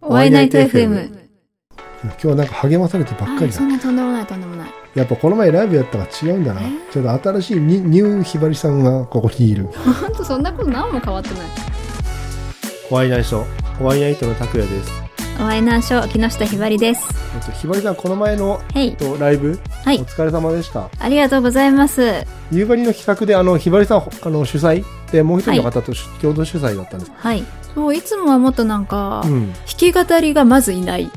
ワイナイト FM。今日はなんか励まされてばっかはりい、だそんなとんでもないとんでもない。やっぱこの前ライブやったから違うんだな、えーちょっと新しいニニューひばりさんがここにいる ほんとそんなこと何も変わってない。ワイナイトワイナイトの拓也です、ワイナーショー、木下ひばりです。えっと、ひばりさんこの前の、はいえっと、ライブ、はいお疲れ様でしたありがとうございます。夕張の企画であのひばりさんあの主催でもう一人の方と、共同主催だったんですはい。そう、いつもはもっとなんか、う弾 きん語りがまずいない。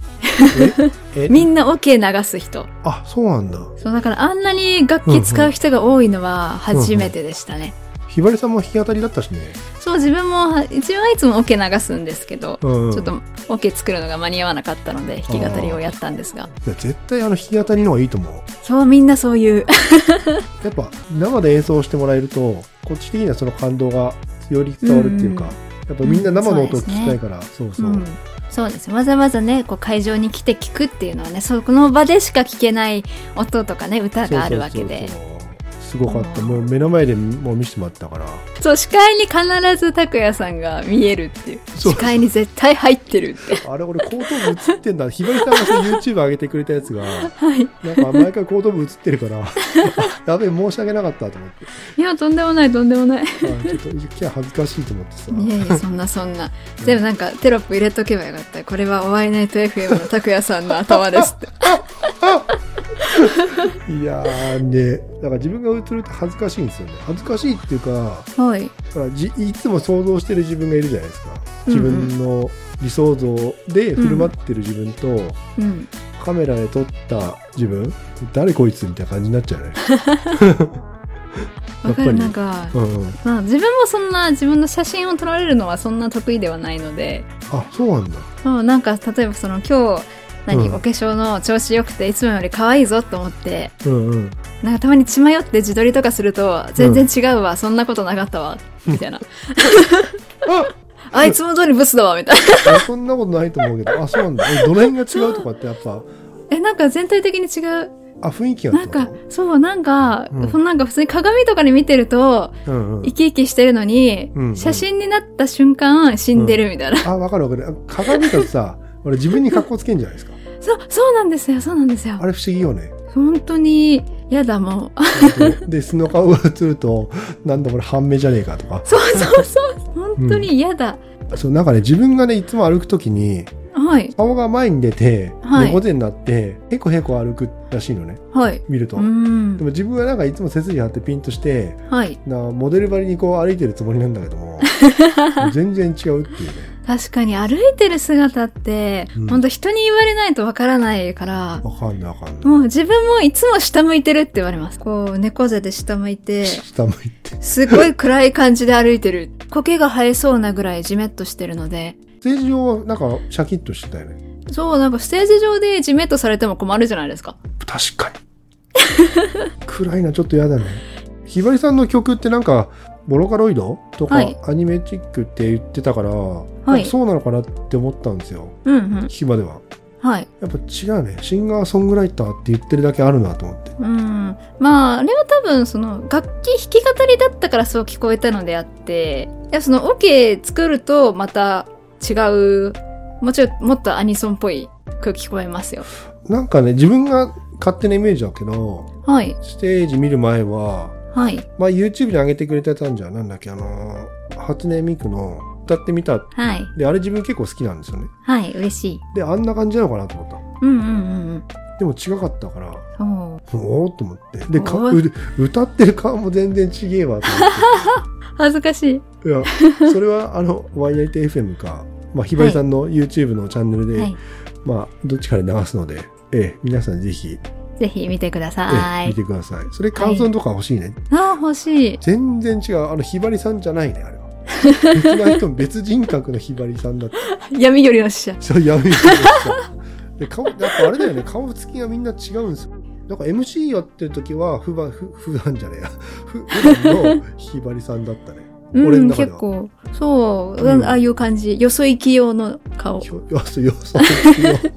えみんな OK 流す人。あそうなんだそう、だからあんなに楽器使う人が多いのは初めてでしたね。ひばりさんも弾き語りだったしね、そう、自分もは、一応はいつも OK 流すんですけど、うん、ちょっとい OK 作るのが間に合わなかったので、弾き語りをやったんですが。や絶対あの弾き語りの方がいいと思うそう、みんなそういう。やっぱ生で演奏してもらえるとこっち的にはその感動がより伝わるっていうか、うんやっぱみんな生の音を聞きたいから、そうそう、うん、そうですわざわざねこう会場に来て聞くっていうのはねそこの場でしか聞けない音とかね歌があるわけでそうそうそうすごかった、うんもう目の前でもう見せてもらったからそう視界に必ず拓哉さんが見えるっていうそう視界に絶対入ってる ってあれ俺後頭部映ってんだひばりさんがその YouTube 上げてくれたやつがはいいなんか毎回後頭部映ってるから やべえ申し訳なかったと思ってやとんでもないとんでもないあちょっと今日は恥ずかしいと思ってさいやいやそんなそんなでもなんかテロップ入れとけばよかったこれは「お会いナイト FM」の拓哉さんの頭ですっていやーねだから自分が映るって恥ずかしいんですよね恥ずかしいっていうか はいほらじいつも想像してる自分がいるじゃないですか自分の理想像で振る舞ってる自分と、うんカメラで撮った自分誰こいつみたいな感じになっちゃうね、わかやっぱるりなんか、うんうん、まあ、自分もそんな自分の写真を撮られるのはそんな得意ではないのであそうなんだそうなんか例えばその今日何、うんお化粧の調子良くていつもより可愛いぞと思ってうんうんなんかたまに血迷って自撮りとかすると全然違うわ、そんなことなかった わみたいな、ああいつも通りブスだわみたいな あそんなことないと思うけどあそうなんだえどの辺が違うとかってやっぱえなんか全体的に違うあ雰囲気がなってんことかそうなんか、うんほん、なんか普通に鏡とかに見てるとうんう生きん生きしてるのに、うん写真になった瞬間死んでるみたいな、あわかるわかるあ鏡だとさ俺自分に格好つけんじゃないですか そうそうなんですよそうなんですよあれ不思議よね 本当に嫌だもうで素の顔が映るとなんだこれ半目じゃねえかとかそうそうそう本当に嫌だ、そうなんかね自分がねいつも歩くときにはい顔が前に出て、はい猫背になってへこへこ歩くらしいのねはい見ると、うでんも自分はなんかいつも背筋張ってピンとしてはいなモデルばりにこう歩いてるつもりなんだけど も全然違うっていうね確かに歩いてる姿って、うん本当人に言われないとわからないから、わかんないわかんないもう自分もいつも下向いてるって言われます。こう、猫背で下向いて、下向いてすごい暗い感じで歩いてる。苔が生えそうなぐらいじめっとしてるので、ステージ上はなんかシャキッとしてたよねそう、なんかステージ上でじめっとされても困るじゃないですか。確か に暗いなちょっと嫌だねひばりさんの曲ってなんかボロカロイドとか、はいアニメチックって言ってたから、いなんかそうなのかなって思ったんですようんうん。聞くまでははい。やっぱ違うねシンガーソングライターって言ってるだけあるなと思ってうん。まあ、あれは多分、その、楽器弾き語りだったからそう聞こえたのであって、いや、その、オ、ケ作ると、また違う、もちろん、もっとアニソンっぽいく聞こえますよ。なんかね自分が勝手なイメージだけどはい。ステージ見る前は、はい。まあ、YouTube に上げてくれてたんじゃんなんだっけあのー初音ミクの歌ってみたはい。であれ自分結構好きなんですよねはい。嬉しい。であんな感じなのかなと思ったうんうんでも違かったからうんうん。そう。おおと思ってでかおう歌ってる顔も全然ちげえわと恥ずかしい。思っていやそれはあの YITFM か、まあ、ひばりさんの YouTube のチャンネルで、はい。まあどっちかで流すので、ええ、皆さんぜひ、えぜひ見てくださえ、見い。てくださいそれ感想とか欲しいね、ああ、欲しい。全然違う。あの、ひばりさんじゃないね、あれは。別な人、別人格のひばりさんだって。闇よりの使者。そう、やめてください。で、顔、やっぱあれだよね、顔つきがみんな違うんですよ。なんか MC やってる時は、普段、ふ普段じゃねえや。ふ普段のひばりさんだったね。俺うのん、中で結は。構。そう、うんああいう感じ。よそ行き用の顔。ひょよそうよそうですよ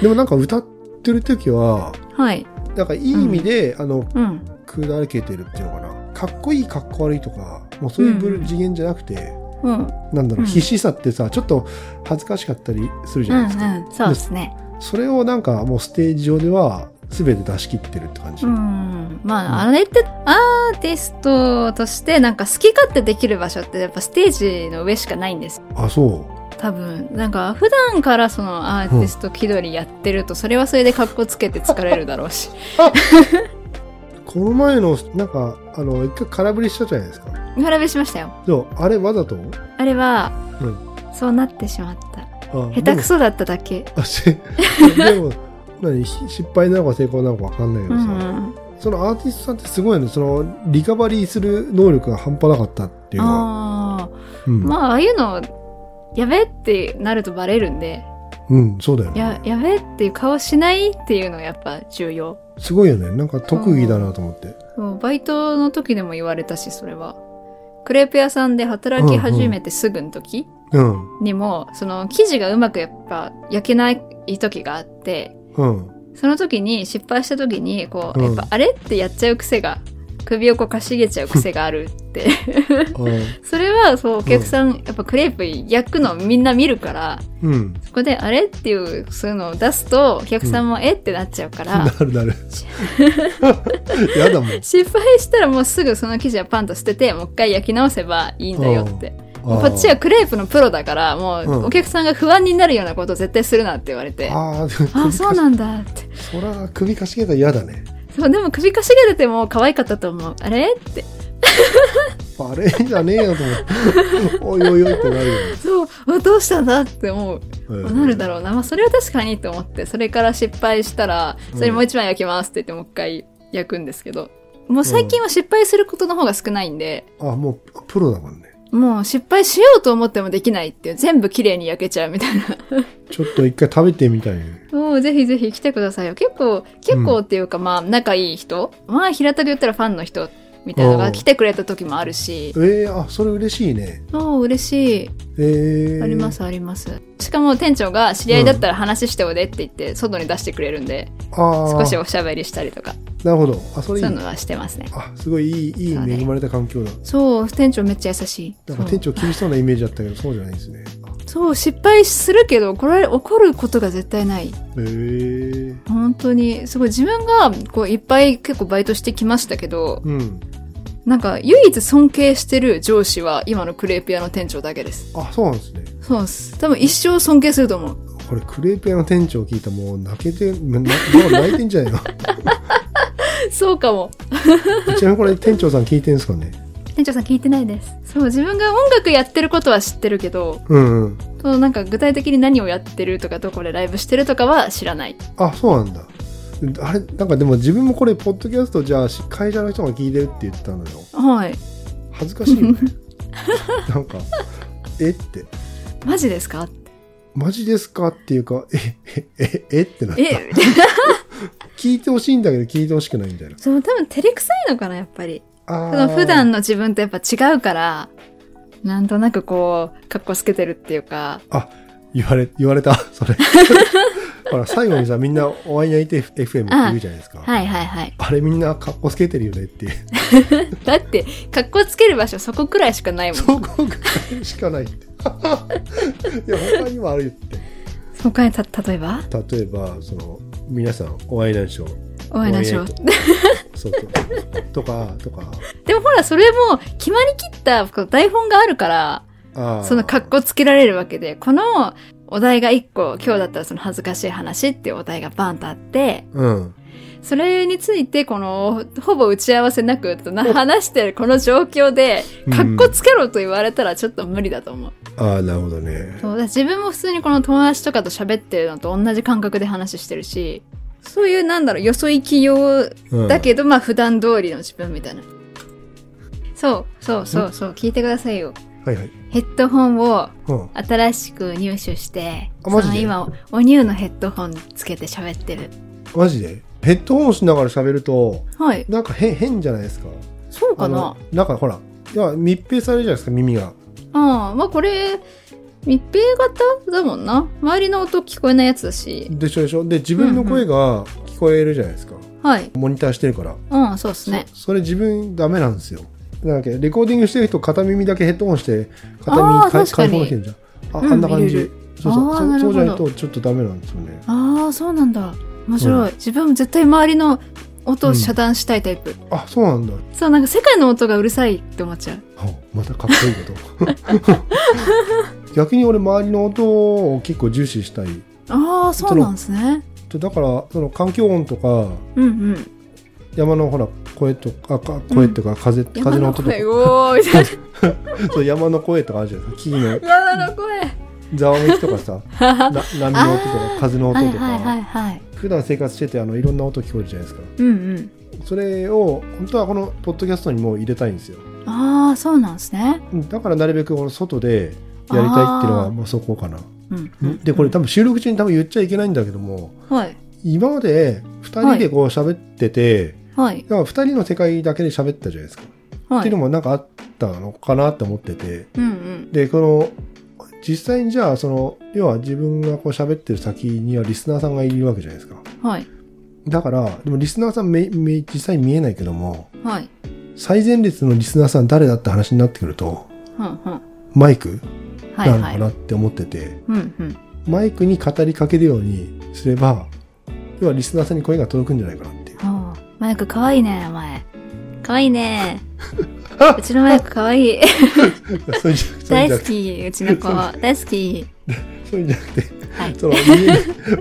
でもなんか歌ってる時は、はい。なんかいい意味で、あの、うん。砕けてるっていうのかな。かっこいい、かっこ悪いとか、もうそういうブルうん次元じゃなくて、うん。なんだうろう、ん必死さってさちょっと恥ずかしかったりするじうゃんないですか、うん。そうですね。それをなんかもうステージ上では全て出し切ってるって感じ、うん。まあ、あれって、アーティストとして、なんか好き勝手できる場所って、やっぱステージの上しかないんです。あそう多分。なんか、普段からそのアーティスト気取りやってると、それはそれで格好つけて疲れるだろうし。この前のなんかあの一回空振りしたじゃないですか 見並べしましたよ。でもあれわざとあれは、うんそうなってしまった。あ下手くそだっただけ。あしでも 何し失敗なのか成功なのかわかんないけうどさ、ん。そのアーティストさんってすごいねそのリカバリーする能力が半端なかったっていうのは、ああ。うんまあ、ああいうの、やべってなるとバレるんで、うんそうだよねや、やべっていう顔しないっていうのがやっぱ重要。すごいよねなんか特技だなと思ってそうバイトの時でも言われたし、それは。クレープ屋さんで働き始めてすぐの時うんにも、その生地がうまくやっぱ焼けない時があって、うんその時に失敗した時に、こう、うんやっぱあれってやっちゃう癖が、首をこうかしげちゃう癖がある って。それはそう、お客さん、やっぱクレープ焼くのみんな見るから、うんそこであれっていう、そういうのを出すと、お客さんもえってなっちゃうから、なるな るやだもん失敗したらもうすぐその生地はパンと捨ててもう一回焼き直せばいいんだよってこっちはクレープのプロだからもうんうお客さんが不安になるようなことを絶対するなって言われて、ああーあーあそうなんだってそら首かしげたら嫌だねそうでも首かしげてても可愛かったと思うあれってバレーじゃねえよと思って おいおいおいってなるよねそうあどうしたんだって思う、うんなるだろうな、まあ、それは確かにと思ってそれから失敗したらそれもう一枚焼きますって言ってもう一回焼くんですけどもう最近は失敗することの方が少ないんで、あもうプロだもんねもう失敗しようと思ってもできないっていう全部綺麗に焼けちゃうみたいなちょっと一回食べてみたいねもうぜひぜひ来てくださいよ。結構、結構っていうか、まあ、仲いい人、まあ、平たく言ったらファンの人みたいなのおがう来てくれた時もあるし、えー、あそれ嬉しいねそう、嬉しい。えー、あります、あります。しかも店長が知り合いだったら話しておいでって言って、外に出してくれるんで、あー少しおしゃべりしたりとか、なるほどあそそうれいいいうねのはしてますね。あすごいいいいいそうね恵まれた環境だそう、店長めっちゃ優しい。なんそかう店長厳しそうなイメージだったけどそうじゃないんですねそう、失敗するけど、これ、怒ることが絶対ない。へえー、本当に、すごい自分が、こう、いっぱい結構バイトしてきましたけど、うんなんか唯一尊敬してる上司は今のクレープ屋の店長だけです。あそうなんですねそうです。多分一生尊敬すると思う。これクレープ屋の店長聞いたらもう泣けてななもう泣いてんじゃないの そうかも。ちなみにこれ店長さん聞いてんすかね店長さん聞いてないです。そう、自分が音楽やってることは知ってるけど、うん、うん、そうなんか具体的に何をやってるとか、どこでライブしてるとかは知らない。あそうなんだあれなんかでも自分もこれポッドキャストじゃあし会社の人が聞いてるって言ってたのよはい。恥ずかしい よねなんかえってマジですかマジですかっていうかええええってなったえ、聞いてほしいんだけど聞いてほしくないみたいなそう、多分照れくさいのかな、やっぱり。そあのー普段の自分とやっぱ違うから、なんとなくこう、格好つけてるっていうか、言われ言われた それほら最後にさみんな「お会いにいて FM」って言うじゃないですかあ,、はいはいはい。れみんな格好つけてるよねってだって、格好つける場所そこくらいしかないもん。そこぐらいしかないっ ていや他にもあるって他にた、例えば例えばその皆さんお会いなんでしょうお会いなしょおう会い。そうそうと かとかでもほら、それも決まりきったこう台本があるから、あーその格好つけられるわけで、このお題が一個、今日だったらその恥ずかしい話っていうお題がバンとあって、うんそれについて、この、ほぼ打ち合わせなくな話してるこの状況でう、ん格好つけろと言われたらちょっと無理だと思う。ああなるほどねそうだから自分も普通にこの友達とかと喋ってるのと同じ感覚で話してるし、そういうなんだろう、よそ行き用うんだけど、まあ普段通りの自分みたいな。そう、そう、そう、そう、聞いてくださいよ。はいはいヘッドホンをうん新しく入手して、あマジそので今、おニューのヘッドホンつけて喋ってる。マジでヘッドホンしながら喋るとはい。なんか変変じゃないですかそうかあなのなんかほらいや密閉されるじゃないですか耳がああ、まあこれ、密閉型だもんな。周りの音聞こえないやつだし。でしょでしょで自分の声が聞こえるじゃないですか、はい。モニターしてるからうん、そうっすね。それ自分ダメなんですよなんだっけレコーディングしてる人片耳だけヘッドホンしてあ片耳ーか確か開に放してるじゃんあ,、うんあんな感見れじるそうそうあーそなうるそほどうじゃないとちょっとダメなんですよねああそうなんだ面白い、自分も絶対周りの音を遮断したいタイプ、あそうなんだそうなんか世界の音がうるさいって思っちゃうあまたかっこいいこと 逆に俺周りの音を結構重視したいああそうなんですねとだからその環境音とかうんうん山のほら声とかあか声とか風,、山風のの音とか声おーみたいそう山の声とかあるじゃない木のな山の声ざわめきと かさな波の音とか風のはい音とか、はいはいはい普段生活しててあのいろんな音聞こえるじゃないですかうんそれを本当はこのポッドキャストにも入れたいんですようんああそうなんですねうんだからなるべくこの外でやりたいっていうのあはーまあそこかなうん、うんでこれ多分収録中に多分言っちゃいけないんだけどもはい今まで2人でこう喋ってて、はいなんか2人の世界だけで喋ったじゃないですか、っはいていうのもなんかあったのかなって思っててうんうんでこの実際にじゃあその要は自分がこう喋ってる先にはリスナーさんがいるわけじゃないですかはいだからでもリスナーさんめめ実際見えないけどもはい最前列のリスナーさん誰だって話になってくるとうんうんマイクはないのはかいなって思ってて、うんうんマイクに語りかけるようにすれば要はリスナーさんに声が届くんじゃないかな っていうおうマイクかわいいね、お前。かわいい ね。うちのマイクかわいい。そういうんじゃなくて大好き、うちの子。大好き。そういうんじゃなくてはい。その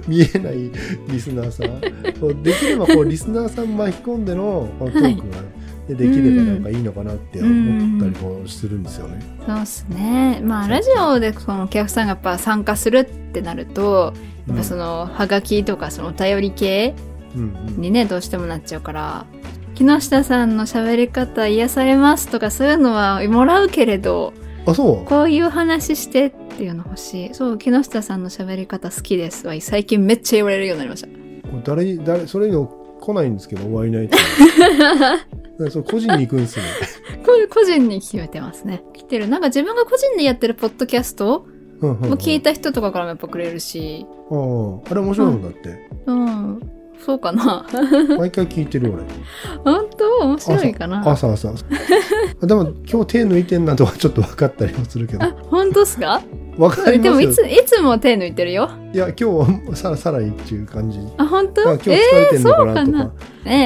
見え見えないリスナーさんそうできればこうリスナーさん巻き込んでのこうトークが、ねでできればなんかいいのかなって思ったりこうするんですよね。そうっすね。まあ、ラジオでそのお客さんがやっぱ参加するってなると、やっぱその、はがきとかそのお便り系うんうんにね、どうしてもなっちゃうから、木下さんの喋り方癒されますとかそういうのはもらうけれど、あそうこういう話してっていうの欲しい。そう、木下さんの喋り方好きですは最近めっちゃ言われるようになりました。誰に誰それの来ないんですけどワイナイト そう個人に行くんですよこういう個人に決めてますね。来てる。なんか自分が個人でやってるポッドキャストうんうんうんも聞いた人とかからもやっぱくれるし。あああれ面白いんだって、うん。そうかな。 毎回聞いてる俺本当面白いかな。朝朝 あでも今日手抜いてんなとはちょっと分かったりもするけ どあ、本当っすか分かりでまもいすよつ、いつも手抜いてるよ。いや今日はさらさらいっていう感じあ、本あ当今日疲れてえーんのかなそとうか,、かなね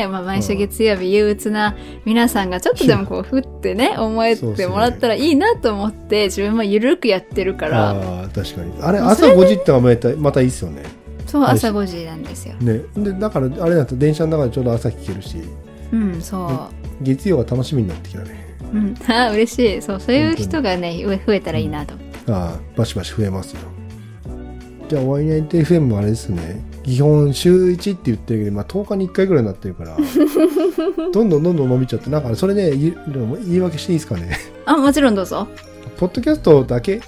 え、まあ毎週月曜日憂鬱な皆さんがちょっとでもこう、ふってね、思えてもらったらいいなと思って、自分もゆるくやってるから、ああ確かにあれもう朝それ5時ってのがまたまたいいっすよねそう、はい朝5時なんですよ。ねでだからあれだと電車の中でちょうど朝聞けるしうん、そう。月曜が楽しみになってきたねうん、あ嬉しいそうそういう人がねう増えたらいいなと、ああバシバシ増えますよじゃあワイナイト FM もあれですね基本週1って言ってるけど、まあ、10日に1回ぐらいになって るからどんどんどんどん伸びちゃってなんかそれね言いでも言い訳していいですかねあもちろんどうぞポッドキャストだけ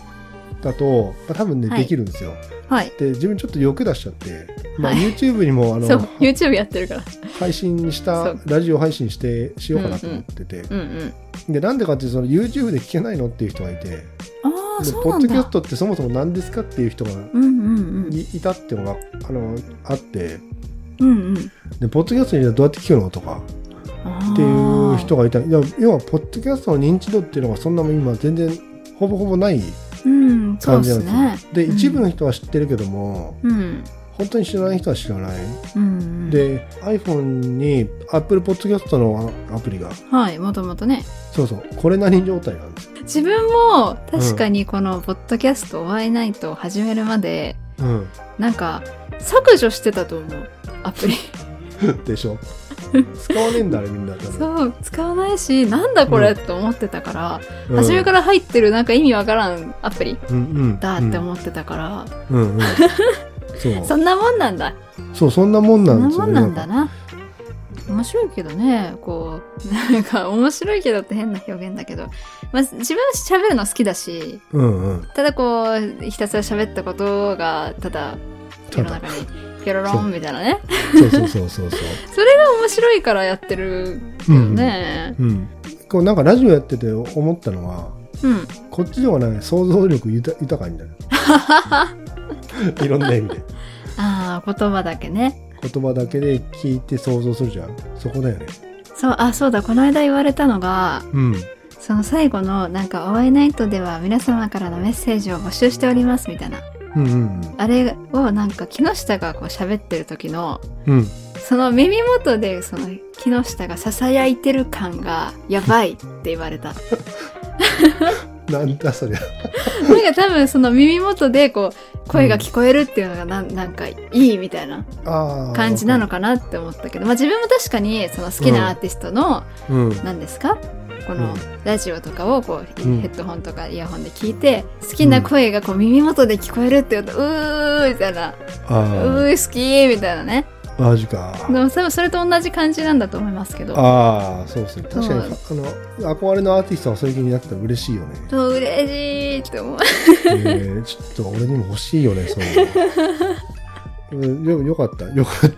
だと、まあ、多分ね、はいできるんですよはいで自分ちょっと欲出しちゃって、まあ、はい YouTube にもあの、そう YouTube やってるから配信したそうラジオ配信してしようかなと思ってて、うんうんでなんでかっていうとその YouTube で聞けないのっていう人がいてああでそうポなッんドキャだストってそもそも何ですかっていう人がうんうんうんいいたっていうのがあのあってうんうんでポッドキャストにどうやって聞くのとかっていう人がいたいや要はポッドキャストの認知度っていうのがそんなもん今全然ほぼほぼないあーうんそう感でじすなんですよねでうん一部の人は知ってるけども、うん本当に知らない人は知らない、うんうんで iPhone に Apple Podcast のアプリがはいもともとねそうそうこれ何状態なんですよ、自分も確かにこのポッドキャスト「ワイナイト」を始めるまでうん、なんか削除してたと思うアプリでしょ 使わねえんだあれみんな多分そう使わないしなんだこれって思ってたから、うん初めから入ってるなんか意味わからんアプリうんうんだって思ってたから、うん うんうんそうそんなもんなんだそうそんなもんそなんんなですもよねんなんだな面白いけどねこうなんか面白いけどって変な表現だけど、まあ、自分は喋るの好きだしうんうんただこうひたすら喋ったことがただ世の中にピョロロンみたいなねそうそうそうそうそう面白いからやってるけどねうん、こうなんかラジオやってて思ったのはうん、こっちの方がね想像力豊豊かに なるいろんな意味でああ言葉だけね言葉だけで聞いて想像するじゃんそこだよねそうあそうだこの間言われたのがうんその最後のなんか「お会いナイト」では皆様からのメッセージを募集しておりますみたいなうんうんあれをなんか木下がこう喋ってる時のうんうんその耳元でその木下が囁いてる感がやばいって言われたなんだそりゃなんか多分その耳元でこう声が聞こえるっていうのがなんなんかいいみたいなあー感じなのかなって思ったけど、まあ、自分も確かにその好きなアーティストのうん何ですかこのうんラジオとかをこううんヘッドホンとかイヤホンで聞いて好きな声がこう耳元で聞こえるって言うと「うー」みたいな「うあーー好き」みたいなねマジかでも多分それと同じ感じなんだと思いますけどああそうですね確かにそうあの憧れのアーティストがそういう気になったら嬉しい よねそう嬉しいって思うえーちょっと俺にも欲しいよねそ ういうのうんよよかったよかっ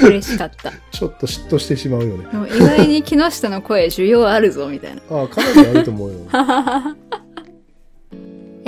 た嬉しかったちょっと嫉妬してしまうよねでも意外に木下の声需要あるぞみたいなああかなりあると思 うよ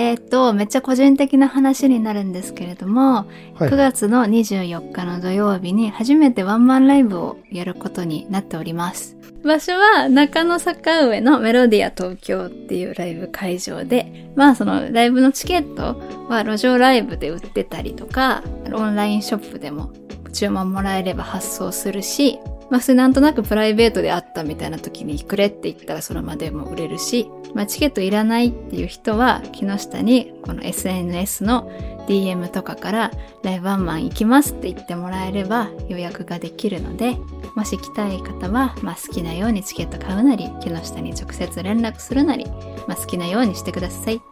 えーっとめっちゃ個人的な話になるんですけれどもはい9月の24日の土曜日に初めてワンマンライブをやることになっております。場所は中野坂上のメロディア東京っていうライブ会場で、まあそのライブのチケットは路上ライブで売ってたりとか、オンラインショップでも注文もらえれば発送するし、まあそれなんとなくプライベートで会ったみたいな時にくれって言ったらその場でも売れるし、まあチケットいらないっていう人は木下にこの SNS の DM とかからライブワンマン行きますって言ってもらえれば予約ができるのでもし来たい方は、まあ、好きなようにチケット買うなり木下に直接連絡するなり、まあ、好きなようにしてください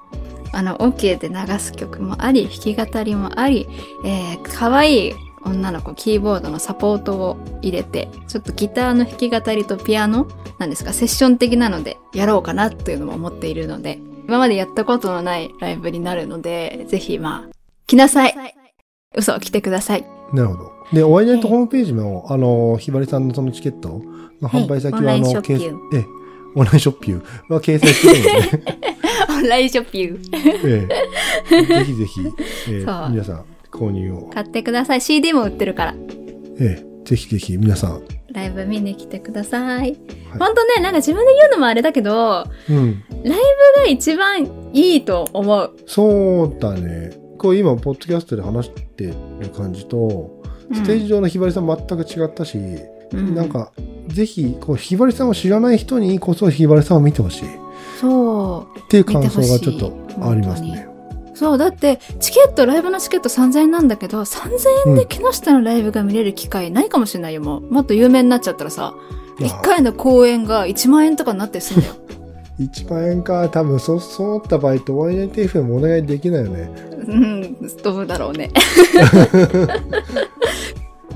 あの OK で流す曲もあり弾き語りもあり、えー、可愛い女の子キーボードのサポートを入れてちょっとギターの弾き語りとピアノなんですかセッション的なのでやろうかなというのも思っているので今までやったことのないライブになるのでぜひまあ来なさい嘘、来てください。なるほどでお会いナイトホームページもあのひばりさんのそのチケットの販売先はいオは、あンラインショのッピューけんええオンラインショッピューは掲載してるので オ ンラインショッピング。ええ、ぜひぜひ、ええそう皆さん購入を、買ってください。CD も売ってるから。ええ、ぜひぜひ皆さん、ライブ見に来てください。ほんとね、なんか自分で言うのもあれだけど、うん、が一番いいと思う。そうだねこう今ポッドキャストで話してる感じとうんステージ上のひばりさん全く違ったし、うんなんかぜひこうひばりさんを知らない人にこそひばりさんを見てほしいっそていう感想がちょっ見てほしいとありますね。う。そう、だって、チケット、ライブのチケット3000円なんだけど、3000円うでん木下のライブが見れる機会ないかもしれないよ、もう。もっと有名になっちゃったらさ、1回の公演が1万円とかになってすんだよ。 1万円か多分そそうなった場合とワイナイト FM お願いできないよねうん、どうだろうね。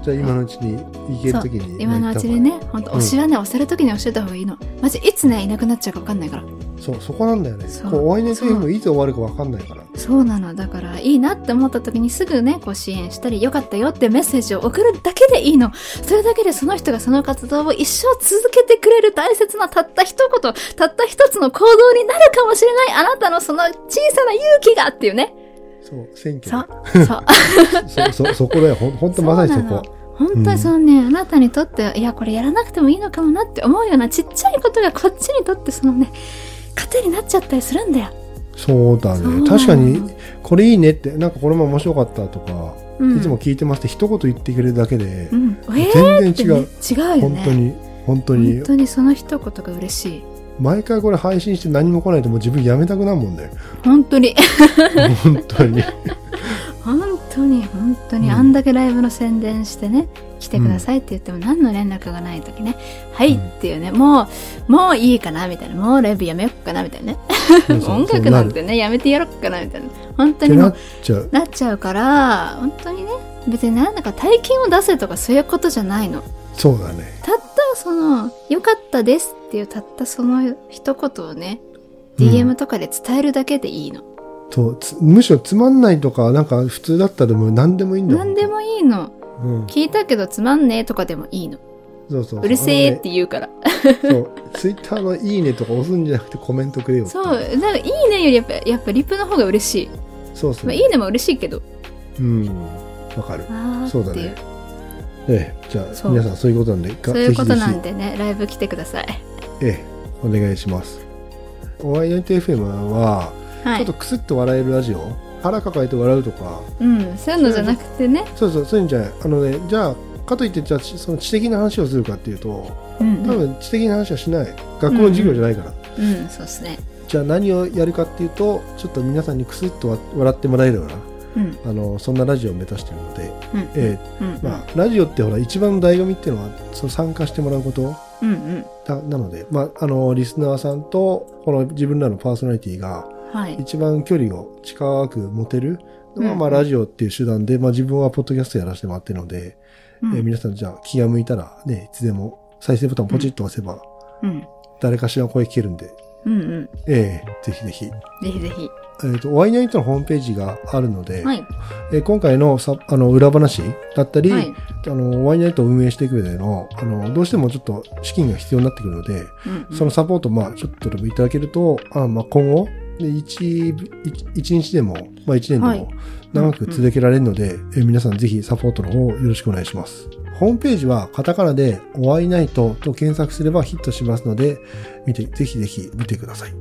じゃあ今のうちに行ける時に今のうちにね、ほんと、うん推しはね、押せるときに押してた方がいいの。マジ、いつね、いなくなっちゃうか分かんないから。そうそこなんだよねそうこうワイナイトそう FM いつ終わるかわかんないからそうなの。だから、いいなって思ったときにすぐね、こう支援したり、よかったよってメッセージを送るだけでいいの。それだけでその人がその活動を一生続けてくれる大切なたった一言、たった一つの行動になるかもしれないあなたのその小さな勇気がっていうね。そう選挙そう、そう。そそそこだよほんほんとまさにそこ本当にそのね、あなたにとっていやこれやらなくてもいいのかもなって思うようなちっちゃいことがこっちにとってそのね糧になっちゃったりするんだよ。そうだそうなねの確かにこれいいねってなんかこれも面白かったとか、うん、いつも聞いてますって一言言ってくれるだけでう、ん、えー全って然違ね違うよう、本当ね。に本当に本当にその一言が嬉しい。毎回これ配信して何も来ないともう自分やめたくなるもんだよ本当に、 本当に本当に、本当に、うんあんだけライブの宣伝してね、来てくださいって言っても何の連絡がない時ね、はいっていうね、もう、もういいかなみたいな、もうライブやめよっかなみたいなね、音楽なんてね、やめてやろっかなみたいな、本当そうにもなるうってなっちゃうなっちゃうから本当にね別になんだか大金を出せとかそういうことじゃないのそうだねたったその「良かったです」っていうたったその一言をねうん DM とかで伝えるだけでいいの、そうつむしろつまんないとかなんか普通だったらもう何でもいいんだもん何でもいいのうん、聞いたけどつまんねえとかでもいいのそうそううるせえって言うから、あのねそうツイッターの「いいね」とか押すんじゃなくてコメントくれよってそうだから「いいね」よりやっぱやっぱリプの方が嬉しい、そうそう、まあ、いいねも嬉しいけどうんわかるあーそうだっていねうええ、じゃあそう皆さんそういうことなんでがそういうことなんぜでねライブ来てくださいひぜひええお願いしますお会いナイト FM は、はちょっいと。クスッと笑えるラジオ腹抱えて笑うとかうん。そういうのじゃなくてね。そうそうそういうんじゃないあのねじゃあかといってじゃあその知的な話をするかっていうとうん、多うん。分知的な話はしない、学校の授業じゃないから、うん、そうですね。じゃあ何をやるかっていうとちょっと皆さんにクスッとわ笑ってもらえるようなうん。あのそんなラジオを目指しているので、うん。えうん。ーまあ、ラジオってほら一番の醍醐味っていうのはその参加してもらうことうんうん。だなので、まあ、あのリスナーさんとこの自分らのパーソナリティがはい。一番距離を近く持てるのは、うんまあ、ラジオっていう手段で、まあ、自分はポッドキャストやらせてもらってるので、うんえー皆さんじゃあ気が向いたら、ね、いつでも再生ボタンポチッと押せば、うん。誰かしらの声聞けるんで、うんうん。えーぜひぜひ。ぜひぜひ。えっ、と、ワイナイトのホームページがあるので、はい。えー今回のさあの裏話だったり、はい。あの、ワイナイトを運営していく上での、あの、どうしてもちょっと資金が必要になってくるので、うんうんそのサポート、まあ、ちょっとでもいただけると、あまあ、今後、で一一一日でも、まあ、一年ではいも長く続けられるので、え皆さんぜひサポートの方よろしくお願いします。ホームページはカタカナで「お会いナイト」と検索すればヒットしますので、見て、ぜひぜひ見てください。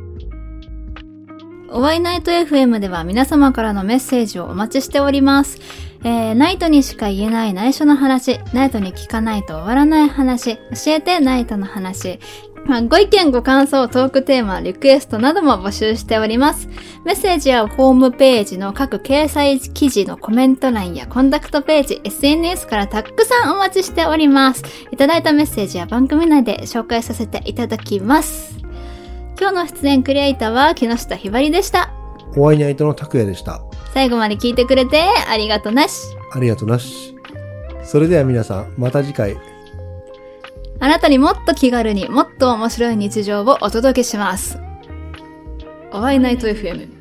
お会いナイト FM では皆様からのメッセージをお待ちしております。えー、ナイトにしか言えない内緒の話、ナイトに聞かないと終わらない話、教えてナイトの話、まあご意見、ご感想、トークテーマ、リクエストなども募集しております。メッセージやホームページの各掲載記事のコメント欄やコンタクトページ、SNS からたくさんお待ちしております。いただいたメッセージや番組内で紹介させていただきます。今日の出演クリエイターは木下ひばりでした。お会いナイトの拓也でした。最後まで聞いてくれてありがとなし。ありがとなし。それでは皆さん、また次回。あなたにもっと気軽にもっと面白い日常をお届けします。お会いナイト FM。